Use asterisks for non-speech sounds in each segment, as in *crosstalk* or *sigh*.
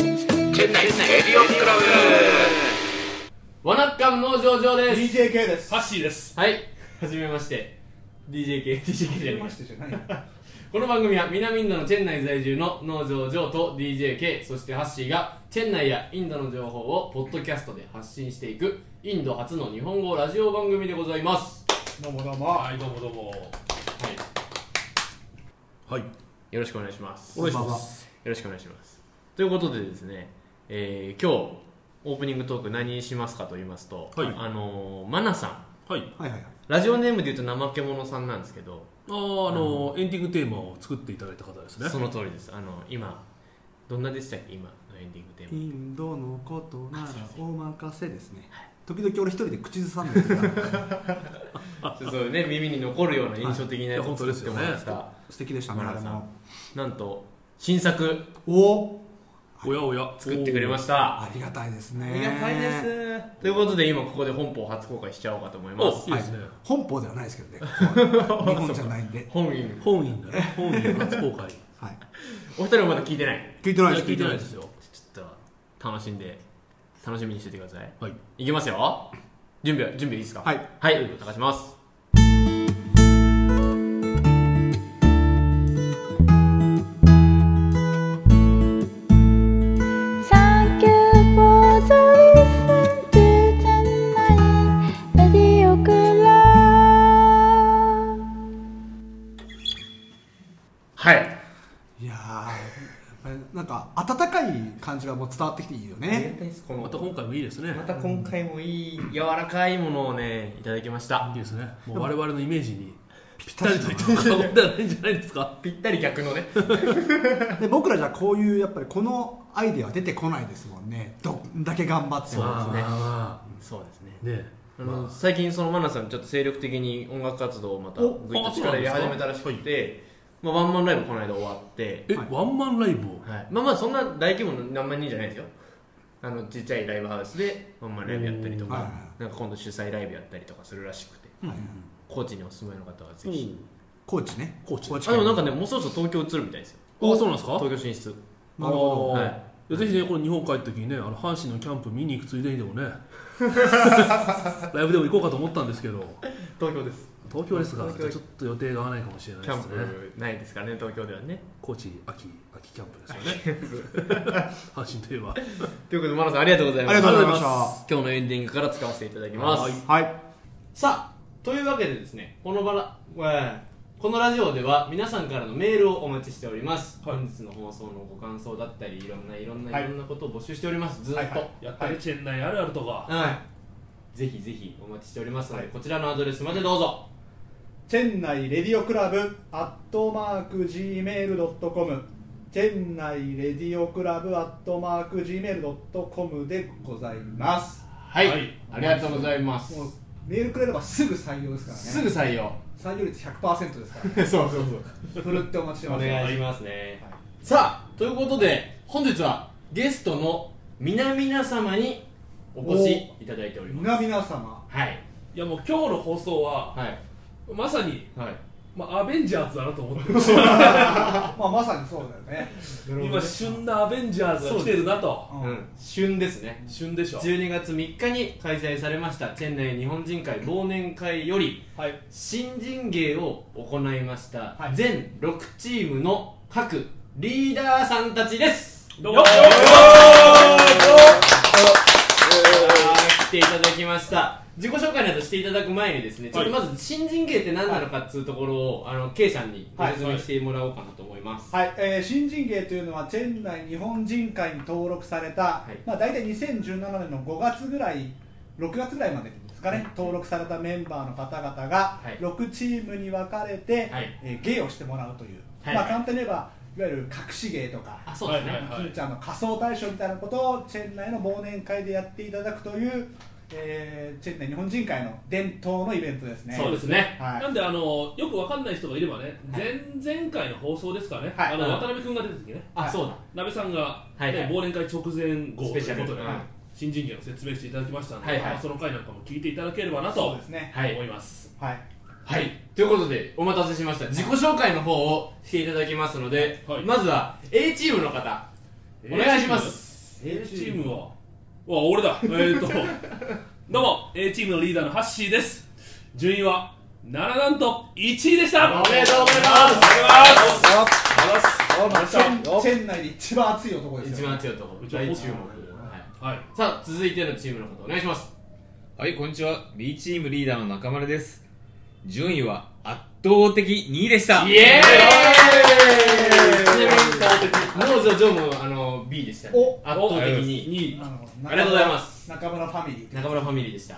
店内エリオンクラブワナッカム農場上です DJK ですハッシーです。はいはじめまして DJK DJK じゃ出ないましてじゃない *laughs* この番組は南インドのチェン内在住の農場上と DJK そしてハッシーがチェン内やインドの情報をポッドキャストで発信していくインド初の日本語ラジオ番組でございますどうもどうも、はい、どうもどうも。はいはい。よろしくお願いしますお願いします。よろしくお願いします。ということでですね、えー今日オープニングトーク何しますかと言いますと、はいあのーマナさん、はい。はいはいはいラジオネームで言うと怠け者さんなんですけど、あーあの、エンディングテーマを作っていただいた方ですね。その通りです。あの今どんなでしたっけ今のエンディングテーイマ。ンドのことならお任せですね時々俺一人で口ずさんでるからそうそうね耳に残るような印象的なやつはいいやを本当作でっすてよもねらいました。素敵でしたねマあナれさもんなんと新作おおやおや。作ってくれましした。ありがたいですあねりがたいです。ということで今ここで本邦初公開しちゃおうかと思いまお、すいい。ですね。本邦ではないですけどねここは日本じゃないんで、本院本院 *laughs* だね。本院初公開。いはい、お二人はまだ聞いてない。聞いてなやいです聞いてないですよ。ちょっと楽しんで楽しみにしててくださいはい。いきますよ準備は準備いいですかはいはいお願いしますはいいやーやっぱりなんか温かい感じがもう伝わってきていいよねこのまた今回もいいですね。また今回もいい柔らかいものをねいただきましたいいですね。もう我々のイメージにぴったりと言っても過言ではないんじゃないですか。ぴったり逆のねで僕らじゃこういうやっぱりこのアイデアは出てこないですもんねどんだけ頑張ってそもうですねあそうですねーね。あの最近そのマナさんちょっと精力的に音楽活動をまたおグイッとあそうな力入んでれすか始めたらしくて、まあ、ワンマンライブこの間終わってえ、はいワンマンライブを。はい、まあまあそんな大規模の何万人じゃないですよあのちっちゃいライブハウスでワンマンライブやったりとはいかはいはなんか今度主催ライブやったりとかするらしくてうんはい高知にお住まいの方はぜうんひ高知ね高知あでもなんかねもうそろそろ東京移るみたいですよおあ、そうなんですか東京進出なるほどあーはいいやぜひね、この日本帰った時にね、あの阪神のキャンプ見に行くついでにでも *laughs* ね、ライブでも行こうかと思ったんですけど、東京です東京ですが、東京ちょっと予定が合わないかもしれないキャでンすね。プないですからね東京ではね高知秋秋キャンプ *laughs* ですよね。阪神といえば。ということでマナさんありがとうございますありがとうございまし今日のエンディングから使わせていただきます、はいたはいさあというわけでですねこのバラ、えーこのラジオでは皆さんからのメールをお待ちしております、本日の放送のご感想だったりいろんないろんなはいいろんなことを募集しております、ずーっとはいやっぱりチェン内あるあるとか。はい、ぜひぜひお待ちしておりますので、こちらのアドレスまでどうぞチェンナイレディオクラブアットマーク Gmail.com チェンナイレディオクラブアットマーク Gmail.com でございますはい、はいありがとうございますもうメールくれればすぐ採用ですからねすぐ採用採用率100%ですからね *laughs* そうそうそう *laughs* ふるってお待ちしておます願いしますね、さあということで本日はゲストの皆々様にお越しいただいております皆皆様はいいやもう今日の放送ははいまさにはいまあアベンジャーズだなと思ってる。まあまさにそうだよね今旬なアベンジャーズが来てるなと。ううんん、旬ですね旬でしょ。 12月3日に開催されましたチェン内日本人会忘年会よりはい。新人芸を行いました、はい全6チームの各リーダーさんたちですどうよもっ。は来ていただきました自己紹介などしていただく前にですねちょっとまず新人芸って何なのかっつうところを、あの K さんにご説明してもらおうかなと思います、はい、えー新人芸というのはチェン内日本人会に登録された、いまあ、大体2017年の5月ぐらい6月ぐらいまでですかね、登録されたメンバーの方々がはい6チームに分かれて、はいえー芸をしてもらうという、はいまあ、簡単に言えばいわゆる隠し芸とか、あそうですね、はいはい金ちゃんの仮装大賞みたいなことをチェン内の忘年会でやっていただくという、えーチェン内日本人会の伝統のイベントですね。そうですねはいなんであのよくわかんない人がいればね、前々回の放送ですかね、はいあのはい渡辺君が出た時ね、あそうだ鍋さんが、ねはいはい忘年会直前号スとペいシャルうことで、ねはい新人芸を説明していただきましたので、はいはいその回なんかも聞いていただければなとそう思ですね。はいいます。はい。はい、ということでお待たせしました自己紹介の方をしていただきますので、はいまずは A チームの方お願いしまえー。す A チームはうわ俺だえーっと *laughs* どうも A チームのリーダーのハッシーです順位は7段と1位でしたおめでとうございますあまあチェンよっチェン内で一番熱い男です一よ番強いところ大注目、はい、はいさあ続いてのチームの方お願いしますはい、こんにちは。B チームリーダーの中丸です。順位は圧倒的2位でした。イエーイーちイなみに能條ジョーもあの B でしたね、お圧倒的に2位あのありがとうございます中村ファミリー中村ファミリーでした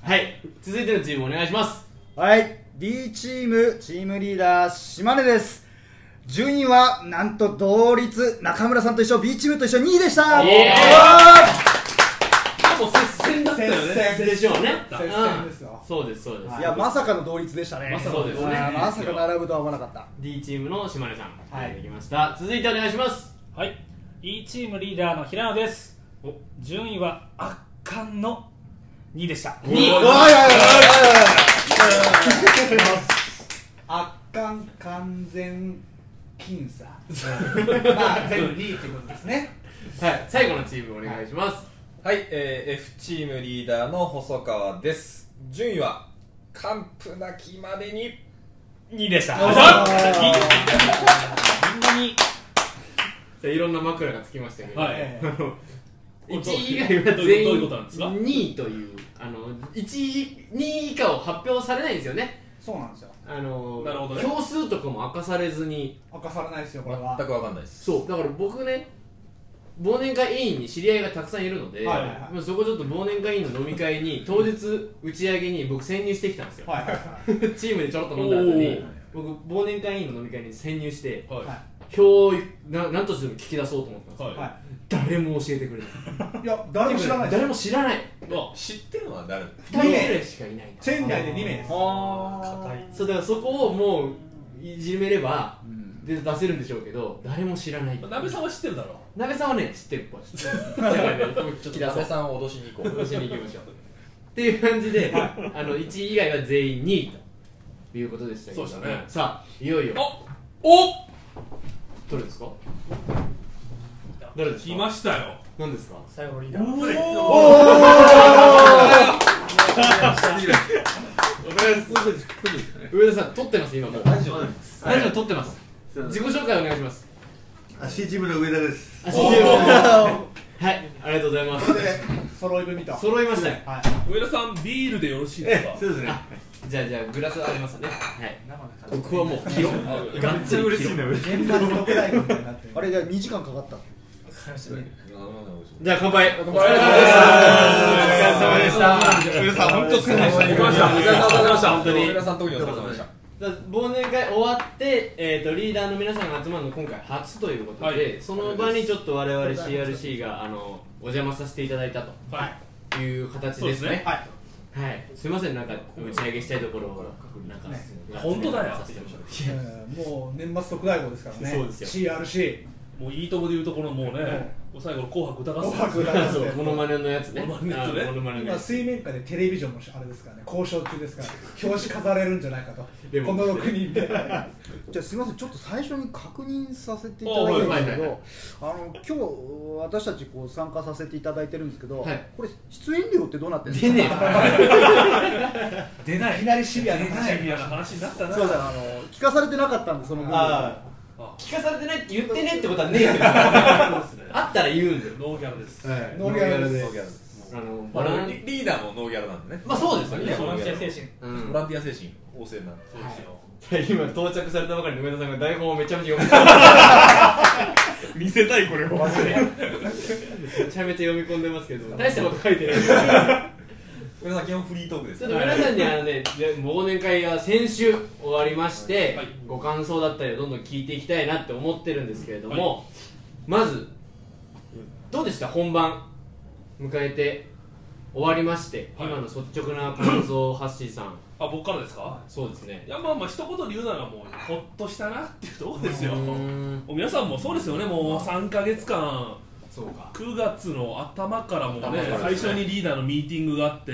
はい続いてのチームお願いしますはい、B チーム、チームリーダー、島根です。順位は、なんと同率、中村さんと一緒、B チームと一緒2位でしたイエーイでも接戦だったよね接戦でしょうね接戦ですようんそうですそうです、はいや、まさかの同率でしたね。まさかの同率いやまさか並ぶとは思わなかった。 D チームの島根さんはい入ってきました、続いてお願いしますはい、E チームリーダーの平野です。順位は圧巻の2位でした。 2位いやいやいやい圧巻完全僅差まあ全部2位ってことですねはい、最後のチームお願いします、はい、えー、F チームリーダーの細川です。順位は完膚なきまでに2位でした。おーみんなにじゃあいろんな枕がつきましたけど、はいえあえのどう1位以外は全どういう員ことなんですか2位というあの1位2位以下を発表されないんですよねそうなんですよあのなるほどね票数とかも明かされずに明かされないですよこ全れくはわかんないです。そうだから僕ね忘年会委員に知り合いがたくさんいるので、はいはいはいもうそこちょっと忘年会委員の飲み会に当日打ち上げに僕潜入してきたんですよ、はいはいは *laughs* いチームでちょろっと飲んだ後に僕忘年会委員の飲み会に潜入して票をな何としてでも聞き出そうと思ったんですよ、はいはいは誰も教えてくれないいいや誰も知らないです誰も知らないあ知ってるのは誰だ2人ぐらいしかいないチェン内で2名ですそうだからそこをもういじめれば、で出せるんでしょうけど誰も知らないまあ鍋さんは知ってるだろ鍋さんはね知ってるっぽいだからね聞き出そうさんを脅しに行こ一緒に行きましょうっていう感じであの1位以外は全員2位ということでしたけどそうでしたねさあいよいよおどれですかどれです来かましたよ何ですか最後のリーダー。上田さん撮ってます今もう大丈夫大丈夫撮ってます自己紹介お願いしますアシチームの上田です。あ CM はいありがとうございます揃い踏みと揃いましたねはい上田さんビールでよろしいですかそうですね。じゃあじゃあグラスありますねはいここはもう切ろうがっつり嬉しいね。原発特大軍みたいになってるあれが2時間かかった。う。じゃあ乾杯お疲れ様でしたお疲れ様でした上田さん、本当疲れ様で来ましした。お疲れ様でした。本当に皆さん特にお疲れ様でした。だから忘年会終わって、えー、とリーダーの皆さんが集まるの今回初ということで、はいその場にちょっと我々 CRC があのお邪魔させていただいたとはいいう形ですねはいはい、すみませんなんか打ち上げしたいところをなんか、本当だよさせてもらってえーもう年末特大号ですからねそうですよ CRC もういいとこで言うところもうねもう最後の紅白歌合紅戦白歌合そうモノ戦マネのやつねモノマネのやつねあモノマネの今やつ水面下でテレビジョンのあれですからね交渉中ですから表紙飾れるんじゃないかとこレモンの6人で *laughs* じゃあすみません、ちょっと最初に確認させていただきたいんですけど、あの今日私たちこう参加させていただいてるんですけど、はいこれ出演料ってどうなってるんです出か。ねえよ *laughs* 出ないいき。なりシビアな話ビアな話になったすみません、あの聞かされてなかったんでその分。あ聞かされてないって言ってねえってことはねえよあったら言うんだよノーギャルですはいノーギャルでノーギャル。あのまバラあンリリーダーもノーギャルなんでね。まあそうですよねノーギャル精神。うんボランティア精神旺盛な。そうですよ今到着されたばかりの上田さんが台本をめちゃめちゃ読み込ん見せたい、これを。でめちゃめちゃ読み込んでますけど *laughs* 大したこと書いてない皆さん基本フリートークでちすょかっら。と皆さんにあのねで忘年会が先週終わりまして、はいご感想だったりをどんどん聞いていきたいなって思ってるんですけれども、まずどうでした本番迎えて終わりまして、はい今の率直な感想をハッシーさんあ僕からですかそうですねいやまあまあ一言で言うならもうほっとしたなっていうところですようーもんう皆さんもそうですよねもう3か月間そうか9月の頭からもう頭ねから最ですね初にリーダーのミーティングがあって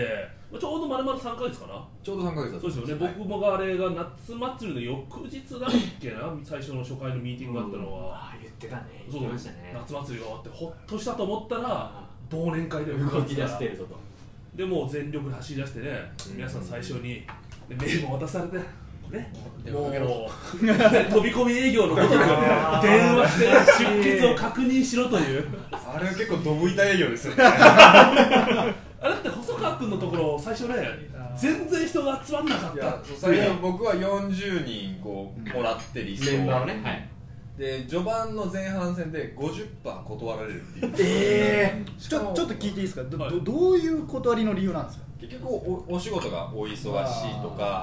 まあちょうどまるまる3ヶ月かなちょうど3ヶ月だったそうですよね、僕もがあれが夏祭りの翌日だっけな、最初の初回のミーティングだったのは、ああ言ってたねそう言ってましたね夏祭りが終わって、ほっとしたと思ったら、忘年会で動き出してるぞとでもう全力で走り出してね、皆さん最初に、で名簿渡されて、ね、もう飛び込み営業のことで、電話して、出血を確認しろという、あれは結構ドブ板営業ですよねあれだって細川君のところ、最初ね、全然人が集まんなかっいたや。最初僕は40人こうもらってリストをメンバーのねはいで序盤の前半戦で50%断られる *laughs* っていうええちしかょもちょっと聞いていいですかど,、はいどどういう断りの理由なんですか結局おお仕事がお忙しいとか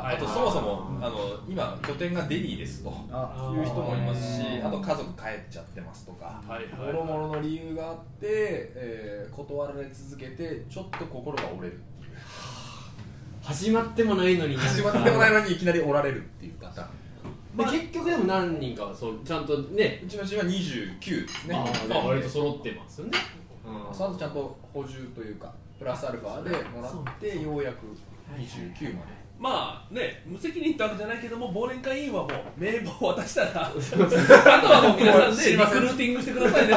あーあとそもそもあの今拠点がデリーですとあいう人もいますしあーあと家族帰っちゃってますとかはいはいもはいろもろの理由があって、えー断られ続けてちょっと心が折れる始まってもないのに始まってもないのにいきなり折られるっていうパターンで結局でも何人かはそうちゃんとねうちのチームは29ですねあーまあ割と揃ってますよねその後ちゃんと補充というかプラスアルファでもらってようやく29までまあね、無責任ってわけじゃないけども、忘年会委員はもう名簿を渡したら、あとはもう皆さんでリクルーティングしてくださいねと。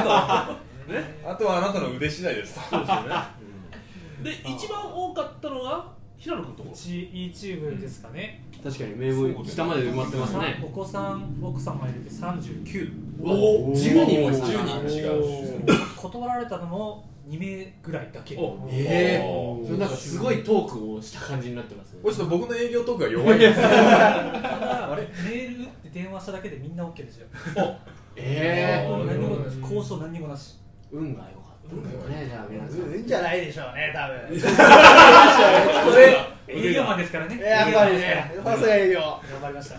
ね、あとはあなたの腕次第ですとで、一番多かったのが、平野君のとこうち YouTube ですかね、確かに名簿下まで埋まってますねお子さん奥様入れて39おお10人もいた10人違う断られたのも2名ぐらいだけおええーえなんかすごいトークをした感じになってますねこれちょっと僕の営業トークが弱いですただメール打って電話しただけでみんな OK ですよえ本当に何もえ交渉何にもなし運が良かった運が良かったねじゃあ皆さんいいんじゃないでしょうね多分営業マンですからねやっぱり営業マンねさすが営業頑張りました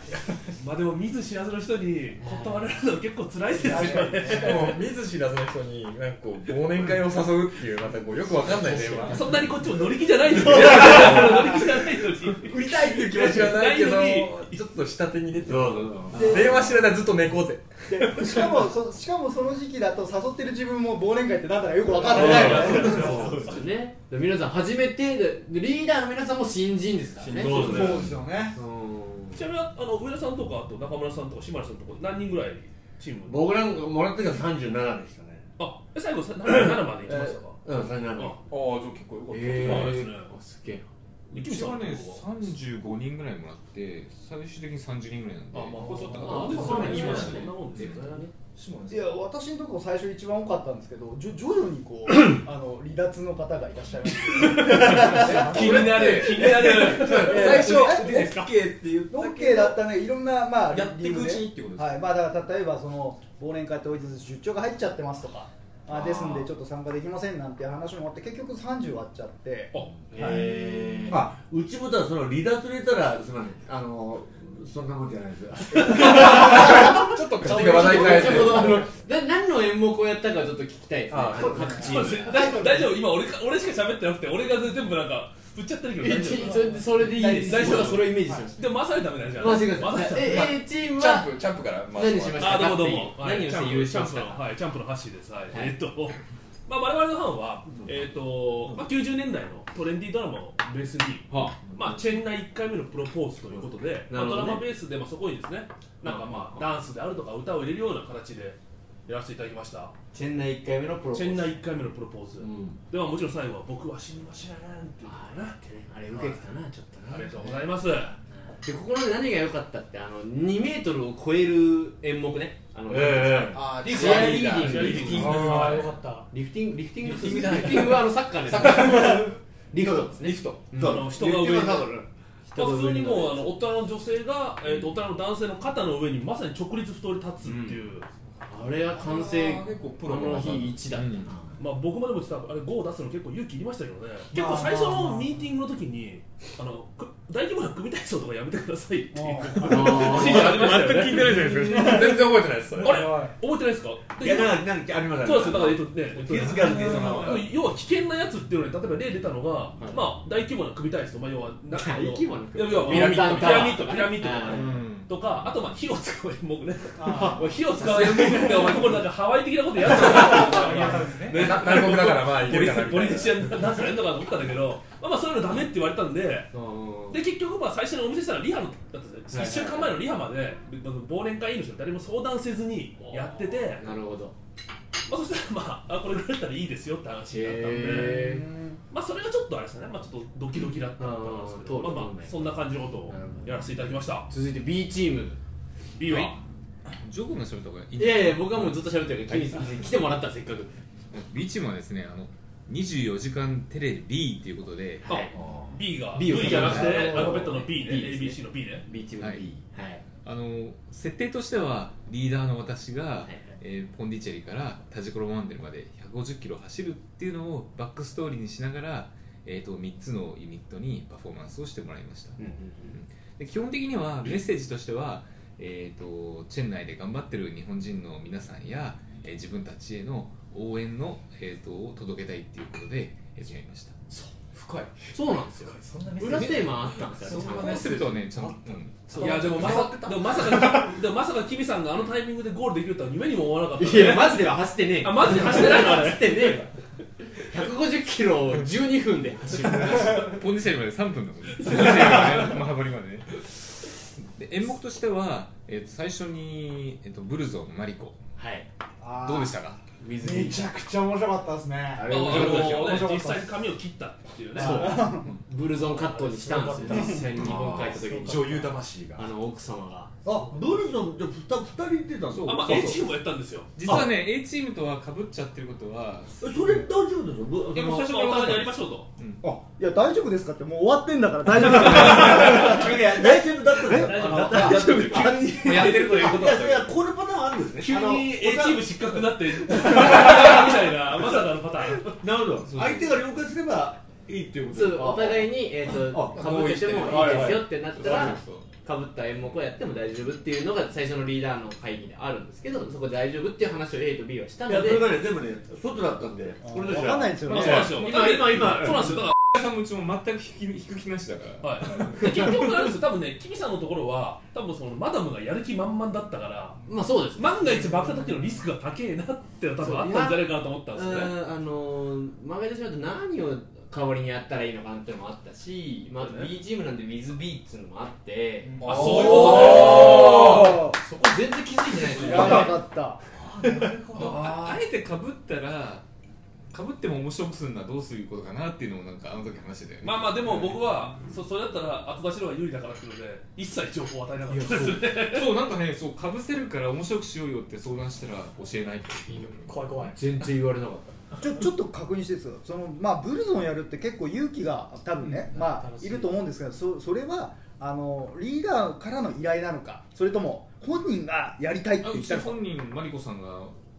まあでも見ず知らずの人に断られるの結構辛いですよね。しかも見ず知らずの人になんかこう忘年会を誘うっていうまたこうよくわかんない電話そんなにこっちも乗り気じゃないのに。乗り気じゃないのに。売りたいっていう気持ちはないけどないのちょっと下手に出て電話してる間ずっと猫ぜでしかもそしかもその時期だと誘ってる自分も忘年会ってなんだかよく分かってないからねそうですよねで皆さん初めてででリーダーの皆さんも新人ですからね新人そうですねすよねうんちなみに、あの、上田さんとか、あと中村さんとか、島根さんとか、何人ぐらいチーム僕なんかもらってから37でしたねあ、え最後さ77まで行きましたかうあん37ああじゃあ結構よかったえそうですえねあすげえなでうキムちさんははどうね35人ぐらいもらって最終的に30人ぐらいなんであ、まあ、これちょっとあでもそうそれねも言いましそたうねねそんなもんですよねいや私のとこ最初一番多かったんですけどじょ徐々にこう *coughs* あの離脱の方がいらっしゃいまし気に *laughs* なる気になる最初え OK って言ったたけど OK だったねいろんなまあやっていくうち理に由ってことですかはいまあだから例えばその忘年会っておいて出張が入っちゃってますとかあですんでちょっと参加できませんなんて話もあって結局30割っちゃってええあうちもだその離脱入れたらすみませんあのそんなもんじゃないですよちょっと口が話題変えてちょっとあのだ何の演目をやったかちょっと聞きたいですねあ各チーム大大丈夫今俺か俺しか喋ってなくて俺が全部なんか振っちゃってるけど大丈それでそれでいいです大丈夫僕はそれをイメージしまし夫でもまさにダメだよじゃたあ回してくだまさいさにええ A チームチャはンプチャンプから何しましたあどうもどうも何をして優チャ勝ンしプたのはいチャンプの箸ですはいはいえっとまあ我々の班はえっとまあ90年代のトレンディードラマをベースにはまあチェンナイ1回目のプロポーズということでうんまあなるほドどラねマベースでまあそこにですねなんかまあダンスであるとか歌を入れるような形でやらせていただきましたチェンナイ1回目のプロポーズチェンナイ1回目のプロポーズうんではもちろん最後は僕は死にましぇんっていうあことれだだなってねあれ受けてたなちょっとなありがとうございますはでここの何が良かったってあの2メートルを超える演目ねあの、えあーチアリーデチアリーディンィンググああよかったリフティングリフティングリフティングじゃないリフティングはあのサッカーですリフトですねリフトあの人が上にが上に普通にもうあの大人の女性が、えー、と大人の男性の肩の上にまさに直立不当に立つっていう、あれは完成あー結構プこロのの技日一だったな、まあ、僕までも言ってたあれ5を出すの結構勇気いりましたけどね結構最初のミーティングの時にあのく大規模な組体操とかやめてくださいっていう指示ありましたよねてないじゃないですか全然覚えてないですそれあれ覚えてないですかでいやなんかなんかありますそうですよだからえっとね、えっと気づかずにその要は危険なやつっていうのに例えば例出たのが、いまあ大規模な組体操、まあ、要は中の大規模な組いや要はピラミッドピラミッドピラミッドとかね、うんんとか、あとまあ火を使う演目ね。あお前火を使う演目って、お前これなんかハワイ的なことやったのあ、やったんですね。な南国だからまあいポけリるか *laughs* なみポたいリネなシアンダンスやるのかと思ったんだけど、まあ、まあそういうのダメって言われたんで、で結局まあ最初にお見せしたらリハのだったんですよ、はい1週間前のリハまでまあ忘年会委員の人に誰も相談せずにやってて、まなるほどあ、そしたらまああこれぐらいだったらいいですよって話になったんで、へまあそれがちょっとあれですね、まあ、ちょっとドキドキだったんですけど、うんうんまあまあそんな感じのことをやらせていただきましたー続いて B チーム B は、はジョコの喋った方がいいんいじゃなやいいや僕はもうずっと喋ってるから気にせず来てもらったらせっかくビーチもはですねあの24時間テレビっていうことで、あはい B が B を V じゃなくてなるアほどルファベットの B ね B ですね ABC の B ね B チームの B はいあの設定としてはリーダーの私が、いはいえーポンディチェリからタジコロマンデルまで150キロ走るっていうのをバックストーリーにしながら、えー、と3つのユニットにパフォーマンスをしてもらいましたうんうんで基本的にはメッセージとしては、えー、とチェン内で頑張ってる日本人の皆さんや、えー自分たちへの応援の、えー、とを届けたいっていうことで、えーとやりました深いそうなんですよそんな裏テーマあったんですよそんなコンセプトはねちゃんと、うんいやでもまさでもまさかでもまさかキミさんがあのタイミングでゴールできるとは夢にも思わなかったいやマジでは走ってねえあマジで走ってないのあれ走ってねえよ150キロを12分で走るポンディシェリまで3分だもんね。ポンディシェリからね、マハバリまでね。で演目としては、えー、と最初に、えー、とブルゾーのマリコはいあーどうでしたか水めちゃくちゃ面白かったですねああれの面白かったでしょ面白かった実際に髪を切ったっていうねそうブルゾンカットにしたんですよ実際に日本帰った時に優魂あの奥様があブルゾンじゃあふた二人出たのそうあまあそう A チームもやったんですよ実はね A チームとはかぶっちゃってることはえそれ大丈夫でしょぶでも最初からお互いやりましょうとあいや大丈夫ですかってもう終わってんだから大丈夫 *laughs* だ大丈夫だったんだよ大丈夫あだのったやってるやってるということいやいやこのパターンあるんですね急あのに A チーム失格になってみたいなまさかのパターンなるほど相手が了解すればいいっていうことそうおい互いに、えー、とあかぶっててもこういいで言ってねすよってなったそうらかぶった演目をやっても大丈夫っていうのが最初のリーダーの会議であるんですけどそこで大丈夫っていう話を A と B はしたやのそでれがね全部ね外だったんで俺たち分かんないんですよまあねそうなんですよ今今今そうなんですよだかお客さんもうちも全く引き引く気なしだかららはいで結局あれですよ多分ねキミさんのところは多分そのマダムがやる気満々だったからまあそうです万が一爆破時のリスクが高えなってのは多分あったんじゃないかなと思ったんうですよねーんあのー、曲げてしまうと何を代わりにやったらいいのかなっていうのもあったし、まあ、あと B チームなんで WithB っていうのもあって、あそういうことおーそこ全然気づいてないですやばよかったああえてかぶったらかぶっても面白くするのはどうすることかなっていうのをなんかあの時話してたよねまあまあでも僕はそそれだったら後出しの方が有利だからっていうので一切情報を与えなかったですねそうなんかねそうかぶせるから面白くしようよって相談したら教えないって言うの怖い怖い。全然言われなかっちょちょっと確認してですよその、まあ、ブルゾンやるって結構勇気が多分ね、まあ、いると思うんですけどそそれはあのリーダーからの依頼なのかそれとも本人がやりたいってあう言っちたのか本人マリコさんが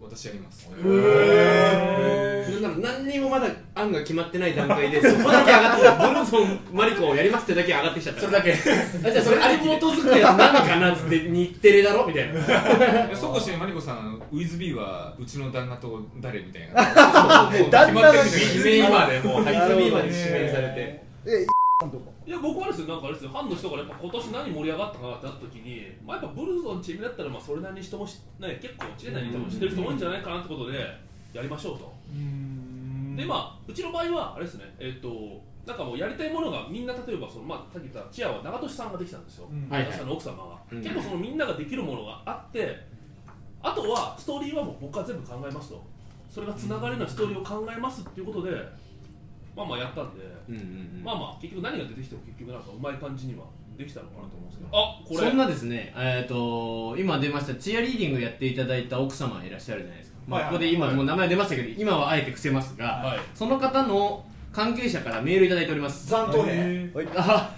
私やりますたなんなら何にもまだ案が決まってない段階でそこだけ上がってきたブルゾンマリコをやりますってだけ上がってきちゃったそれだけあじゃあそれあれに基づくやつ何かなっつって日テレだ *laughs* ろみたいなそうこうしてマリコさんウィズビーはうちの旦那と誰みた *laughs* いなもう決まってるみたいな指名までもうはい指名まで指名されてえいや僕はですね、なんかあれですよ、ファンの人がやっぱ今年何盛り上がったかなってなった時に、まあ、やっぱブルゾンチームだったら、まあそれなりに人もし、ね、結構、知れない人も知ってる人多いんじゃないかなってことで、やりましょうと。で、まあ、うちの場合は、あれですね、えっ、と、なんかもうやりたいものがみんな、例えばその、まあ、さっき言ったチアは長俊さんができたんですよ、はいはい長俊さんの奥様が。うん結構、そのみんなができるものがあって、あとはストーリーはもう僕は全部考えますと、それがつながるようなストーリーを考えますっていうことで、まあまあやったんで。うんうんまあまあ結局何が出てきても結局なんかうまい感じにはできたのかなと思うんですけどあこれそんなですね、えー、と今出ましたチアリーディングやっていただいた奥様いらっしゃるじゃないですか、まあはいここで今もう名前出ましたけど今はあえて伏せますが、はいその方の関係者からメールいただいております残党兵あ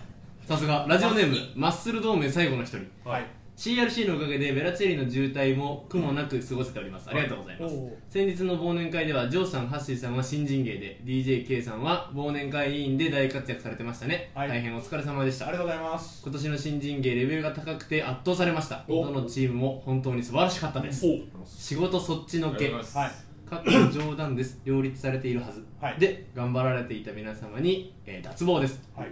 さすがラジオネームマッスル同盟最後の一人はい CRC のおかげでベラチェリの渋滞も苦もなく過ごせておりますありがとうございます、先日の忘年会ではジョーさんハッシーさんは新人芸で DJK さんは忘年会委員で大活躍されてましたね、はい大変お疲れ様でしあたりがとうございます今年の新人芸レベルが高くて圧倒されましたどのチームも本当に素晴らしかったです仕事そっちのけはいかっこ冗談です両立されているはず、はいで頑張られていた皆様に、えー脱帽ですはい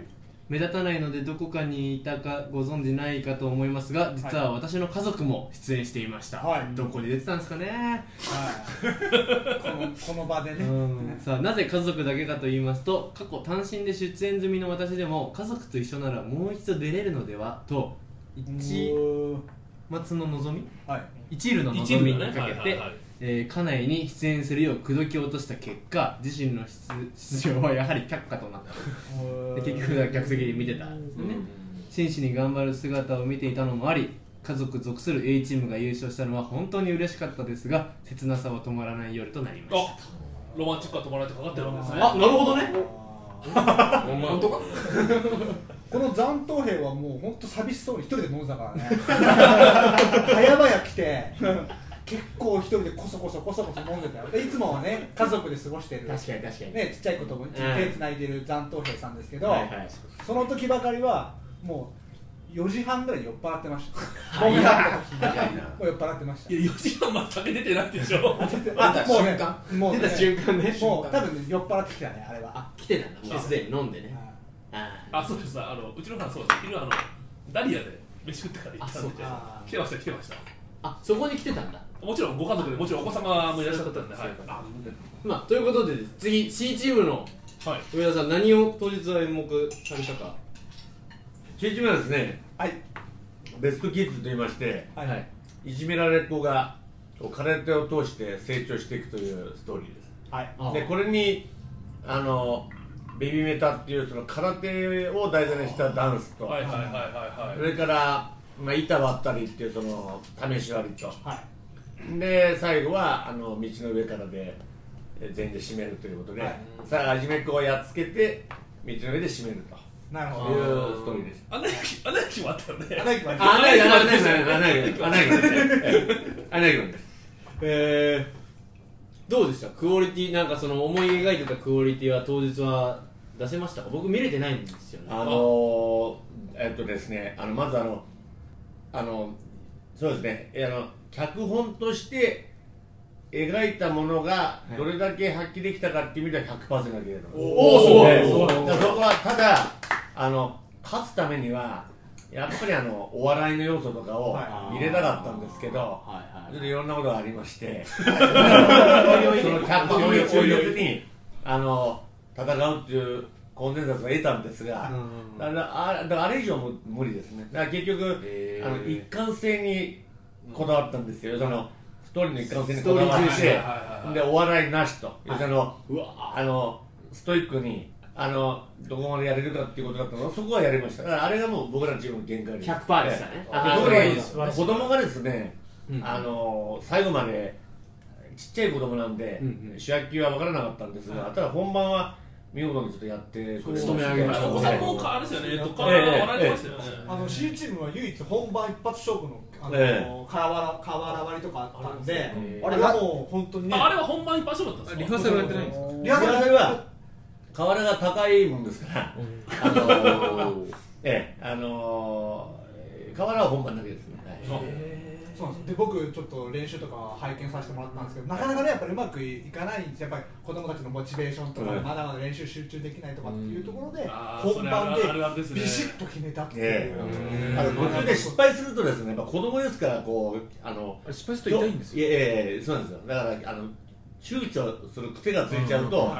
目立たないのでどこかにいたかご存知ないかと思いますが実は私の家族も出演していました、はいどこで出てたんですかね *laughs* このこの場でね、さあなぜ家族だけかと言いますと過去単身で出演済みの私でも家族と一緒ならもう一度出れるのではと一うー松の望みはい一縷の一望みに部だねかはいけはいてはいえー家内に出演するよう口説き落とした結果自身の出出場はやはり却下となったで結局は客席で見てたんですよね真摯に頑張る姿を見ていたのもあり家族属する A チームが優勝したのは本当に嬉しかったですが切なさは止まらない夜となりましたあロマンチックは止まらないとかかってるわけですねあなるほどね本当かこの残党兵はもう本当寂しそうに一人で飲んでたからね早々来て結構一人でこそこそこそこそ飲んでたよでいつもはね家族で過ごしてる確かに確かにね、ちっちゃい子とも手つないでる残党兵さんですけど、はいはいその時ばかりはもう4時半ぐらいに酔っ払ってましたもう酔っ払ってましたいや4時間まで酒出てないでしょあもうねもうね出た瞬間ねもう多分ね酔っ払ってきたねあれはあ来てたんだもうすでに飲んでねあ *laughs* あそうですさあのうちの母そうです昼あのダリアで飯食ってから行ったんであ来てました来てましたあそこに来てたんだもちろんご家族でもちろんお子様もいらっしゃったんではいあまあということで次 C チームのはい上田さん何を当日は演目されたか1日目はですねはいベストキッズと言いましてはい、いじめられっ子がこう空手を通して成長していくというストーリーですはいあでこれにあのベビーメタっていうその空手を題材にしたダンスと、はいはいはいはいそはいれから、まあ、板割ったりっていうその試し割りとはいで最後はあの道の上からでえ全員で締めるということで、はいさあ初めっ子をやっつけて道の上で締めるとなるいほうどストーリーですアナ雪アナ雪もあったよね荒井君はあ、ないよ、ないよ、ないよ、ないよ、 *laughs* ないよ、えー、どうでしたクオリティなんかその思い描いてたクオリティは当日は出せましたか僕見れてないんですよねあのー、えっとですね、あの、まずあの、あの、そうですね、えあの、脚本として描いたものがいどれだけ発揮できたかっていう意味では100%だけれどおーすごいねすごいだからそこはただ、あの、勝つためには、やっぱりあの、お笑いの要素とかを入れたかったんですけど、はいちょっはといいろんなことがありまして、そのキャップを追い追ずにあの戦うっていうコンセンサスを得たんですが、だからあだからあれ以上も無理ですね。だから結局、へーあの一貫性にこだわったんですよ。そのストーリーの一貫性にこだわっストーリー重視はいて、でお笑いなしと、そのうわあのストイックにあのどこまでやれるかっていうことだったのそこはやりました。だからあれがもう僕らのチームの限界です。 100%でしたねええあー特それはいいですに子供がですね、うんあの最後までちっちゃい子供なんで、うんうん主役級は分からなかったんですが、ただ本番は見事にちょっとやってくれまして務め上げましあたのお子さんもあれですよねとかええええ笑われてましたよねあの C チームは唯一本番一発勝負のあの、え瓦瓦割りとかあったんでえあれはもう本当にねああれは本番一発目だったんですかリハーサルはやってないんですかリハーサルは瓦が高いもんですから、あのええあの瓦は本番だけですね。はいそうなんですで僕ちょっと練習とか拝見させてもらったんですけどなかなかねやっぱりうまくいかないんですやっぱり子供たちのモチベーションとか、うんまだまだ練習集中できないとかっていうところで、あー本番それあるあるですでねビシッと決めたっていう、えうんあの途中で失敗するとですね、やっぱ子供ですからこうあのあれ失敗すると痛いんですよいやいやいやそうなんですよ。だからあの躊躇する癖がついちゃうと、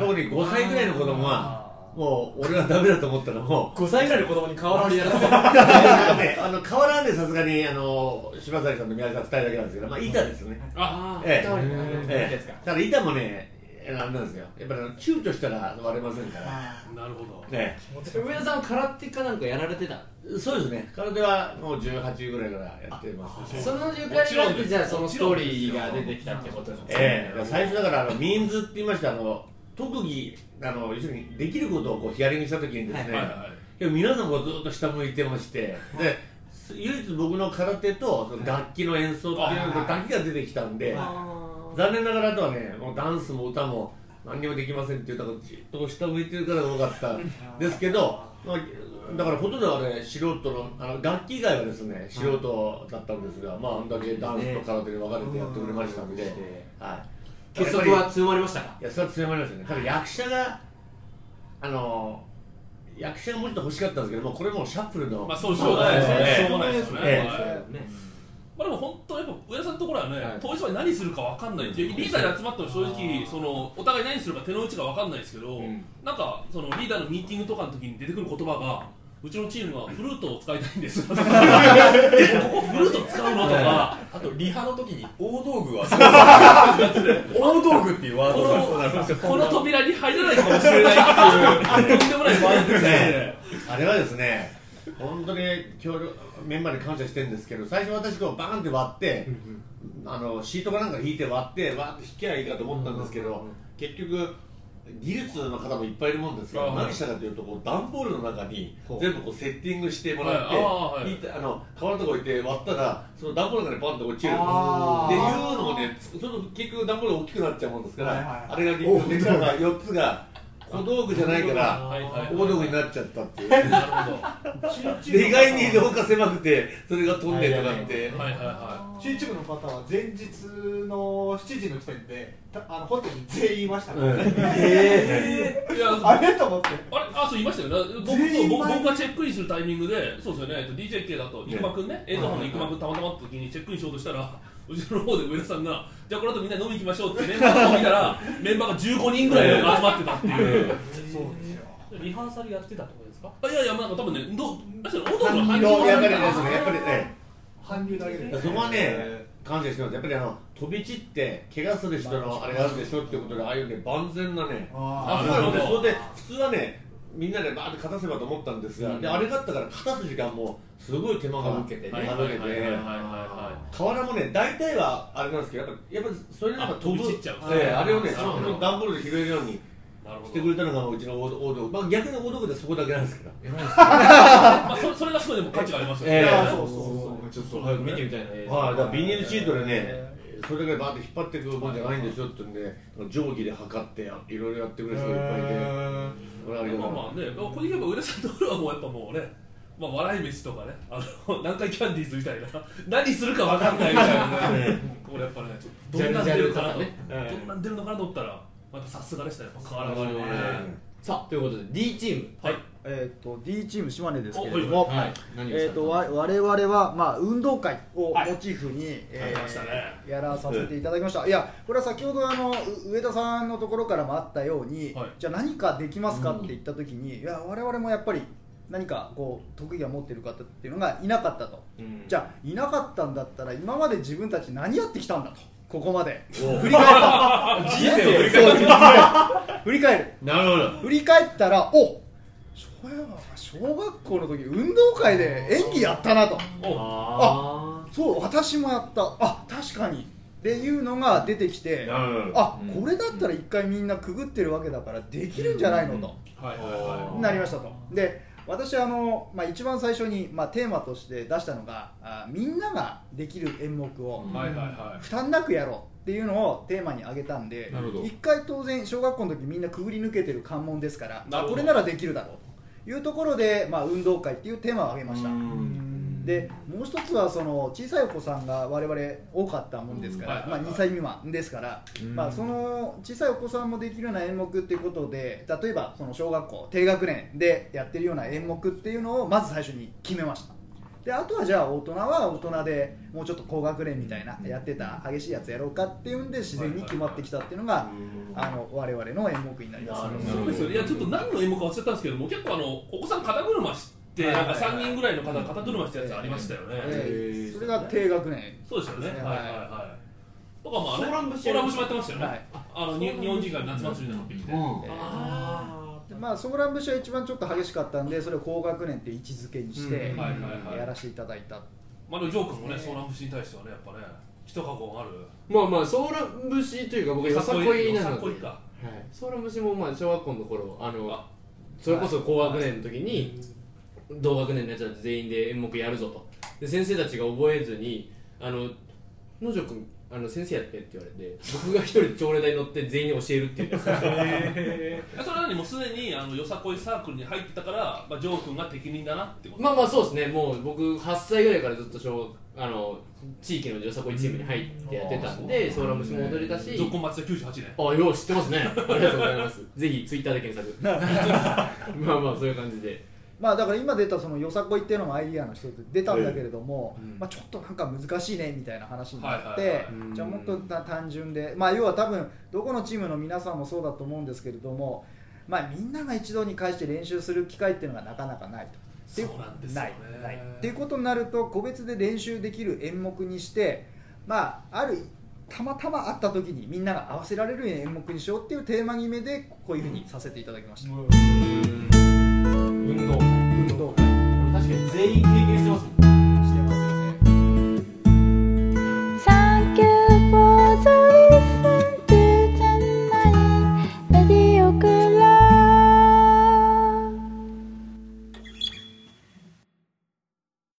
特に5歳ぐらいの子供はもう俺はダメだと思ったらもう。 5歳ぐらいの子供に瓦割りやらせ *laughs* てなんかねあの変わらんでさすがにあの柴崎さんと宮崎さん2人だけなんですけど、まあ板ですよね。あええ瓦割りやらせてええただ板もね、あれなんですよ。やっぱりあの躊躇したら割れませんから。なるほどえ上田さんは空手かなんかやられてたえそうですね。空手はもう18ぐらいからやってます。その時間になってじゃあそのストーリーが出てきたってことなんですねええ最初だからあのミーンズって言いましてあの特技あの要するにできることをこうヒアリングした時にですね、はいはいや皆さんこうずっと下向いてましてです唯一僕の空手とその楽器の演奏っていうのだけが出てきたんで残念ながらあとはねもうダンスも歌も何にもできませんっていうとこじっと下向いてるから多かったんです *laughs* けど、まあ、だからほとんどあれ素人のあの楽器以外はですね素人だったんですが、まああんだけダンスと空手で分かれてやってくれましたんで、はい、結束は強まりましたかいや、それは強まりますよね。ただ役者が、あの役者がもうちょっと欲しかったんですけどもうこれもうシャッフルの、まあそうしょうがないですよね。ええしょうがないですよね。ええはいねまあでも本当やっぱ上田さんのところはね、はい当事者に何するかわかんないっていう。リーダーに集まっても正直そのお互い何するか手の内がわかんないですけど、んなんかそのリーダーのミーティングとかの時に出てくる言葉が。うちのチームはフルートを使いたいん *laughs* ですよ。えここフルート使うのと *laughs* か、あとリハの時に大道具は *laughs* 大道具っていうワーこドがのこの扉に入らないかもしれないっていう、とんでもないワードですね。あれはですね、本当に協力メンバーに感謝してるんですけど、最初私こうバーンって割って、あのシートかなんか引いて割って、わーって引けばいいかと思ったんですけど、結局。技術の方もいっぱいいるもんですけど、あはい何したかというと、こう段ボールの中に全部こうセッティングしてもらって、はいあはい引いてあの皮のとこ置いて割ったら、その段ボールがね、バンと落ちるっていうあーのもね、その結局、段ボール大きくなっちゃうもんですから、はいはいあれが結局、できたのが4つが小道具じゃないから、はいはいはい大道具になっちゃったっていう。なるほど。はで意外に廊下狭くてそれが飛んでとかっていはいは YouTube の方は前日の7時の時点でたあのホテルに全員いましたから、 *laughs* い。いや *laughs* あれと思ってあれあ、そう言いましたよね。僕全員僕前僕がチェックインするタイミングで、そうですよね。えっと DJK だと、生駒君ね、映像班の生駒君たまたまって時にチェックインしようとしたら、うちの方で上田さんが、じゃあこの後みんな飲み行きましょうってメンバーを見たら、メンバーが15人ぐらいが集まってたっていう。そうですよリハーサルやってたってことですかあいやいや、まあなんか多分ね、どう、あそれ、音楽の反やっ応ぱりですねやっぱりね韓流だけでそこはね感謝してますやっぱりあの飛び散って怪我する人のあれがあるでしょっていうことでああいうね万全なねあああそうなのでなるほそどれで普通はねみんなでバーって勝たせばと思ったんですが、であれがあったから勝たす時間もすごい手間が省けてはいはいはいはいはいは河原もね大体はあれなんですけどやっぱやっぱそれでやっぱ飛ぶあ飛び散っちゃうええあれをねなそるほどの段ボールで拾えるようにい。なるほしてどく。れたのがうちの大道具、まあ、逆に大道具でそこだけなんですけどまあそれそれがすごいでも価値がありましたええね。あそうそうそうちょっと早く見てみたいな映像はい、だからビニールシートでね、それだけバーって引っ張ってくもんじゃないんですよってんで、定規で測ってや、いろいろやってくれる人がいっぱいいて、俺ありがまあとまあね、ここに行けば上田さんのところはもうやっぱもうね、まあ笑い飯とかね、あの南海キャンディーズみたいな、 *laughs* 何するかわかんないみたいなね、これやっぱね、どんなん出るかなと、ジャルジャルとかねどんなん出るのかなと思ったら、やっぱさすがでしたね、やっぱ河う。原はね。さあということで D チームはい、えー、と D チーム島根ですけれどおも、はい何をさえれー、たとのわ我々は、まあ、運動会をモチーフに、えありましたねーやらさせていただきました、いやこれは先ほどあのう上田さんのところからもあったように、はいじゃあ何かできますかって言った時に、いや我々もやっぱり何かこう特技を持っている方っていうのがいなかったと、うんじゃあいなかったんだったら今まで自分たち何やってきたんだとここまで振り返った人生を振り返る振り返るなるほど。振り返ったらお小小学校の時運動会で演技やったなとあそう私もやったあ確かにっていうのが出てきてなるほど。あこれだったら一回みんなくぐってるわけだからできるんじゃないのとはいはいはなりましたとで私あの、まあ、一番最初に、まあ、テーマとして出したのがあみんなができる演目をい、はいはいは負担なくやろうっていうのをテーマに挙げたんでなるほど一回当然小学校の時みんなくぐり抜けてる関門ですからなるあほどこれならできるだろうというところで、まあ、運動会っていうテーマを挙げましたでもう一つはその小さいお子さんが我々多かったもんですから、うんまあ、2歳未満ですから、まあ、その小さいお子さんもできるような演目っていうことで例えばその小学校低学年でやってるような演目っていうのをまず最初に決めましたであとはじゃあ大人は大人でもうちょっと高学年みたいなやってた激しいやつやろうかっていうんで自然に決まってきたっていうのがあの我々の演目になりますい。そうですよね、いやちょっと何の演目か忘れたんですけども、結構あのお子さん肩車して、なんか三人ぐらいの方肩車したやつありましたよね。えーそれが低学年そうですよね。そはいうですねはいはい。とかまあね、ソーラン節ソーラン節もやってましたよね。はいあのに日本人が夏祭りの時にね。でまあソーラン節は一番ちょっと激しかったんでそれを高学年って位置づけにしてうんはいはいはいやらせていただいたまあでもジョー君もね、ソーラン節に対してはね、やっぱね、一過去ある。まあまあソーラン節というか僕よさこいなのよさでこいか。はいソーラン節もまあ小学校の頃あのあそれこそ高学年の時に同学年のやつら全員で演目やるぞとで先生たちが覚えずにあの「野条君あの先生やってって言われて僕が一人で朝礼台に乗って全員に教える *laughs* っていうやつそれなのにもうすでにあのよさこいサークルに入ってたから、まあ、ジョー君が適任だなってこと、まあまあそうですねもう僕8歳ぐらいからずっと小あの地域のよさこいチームに入ってやってたんでソーラムシも踊れたし続婚松田98年あよう知ってますねありがとうございますぜひツイッターで検 *laughs* 索まあまあそういう感じでまあだから今出たそのよさこいっていうのもアイディアの一つ出たんだけれども、まあ、ちょっとなんか難しいねみたいな話になっはいて、はいはいじゃあもっと単純で、まあ、要は多分どこのチームの皆さんもそうだと思うんですけれども、まあ、みんなが一度に返して練習する機会っていうのがなかなかないと。っていそうなんですよないねないっていうことになると個別で練習できる演目にして、まあ、あるたまたま会った時にみんなが合わせられる演目にしようっていうテーマ決めでこういうふうにさせていただきました。運動確かに全員経験してますもん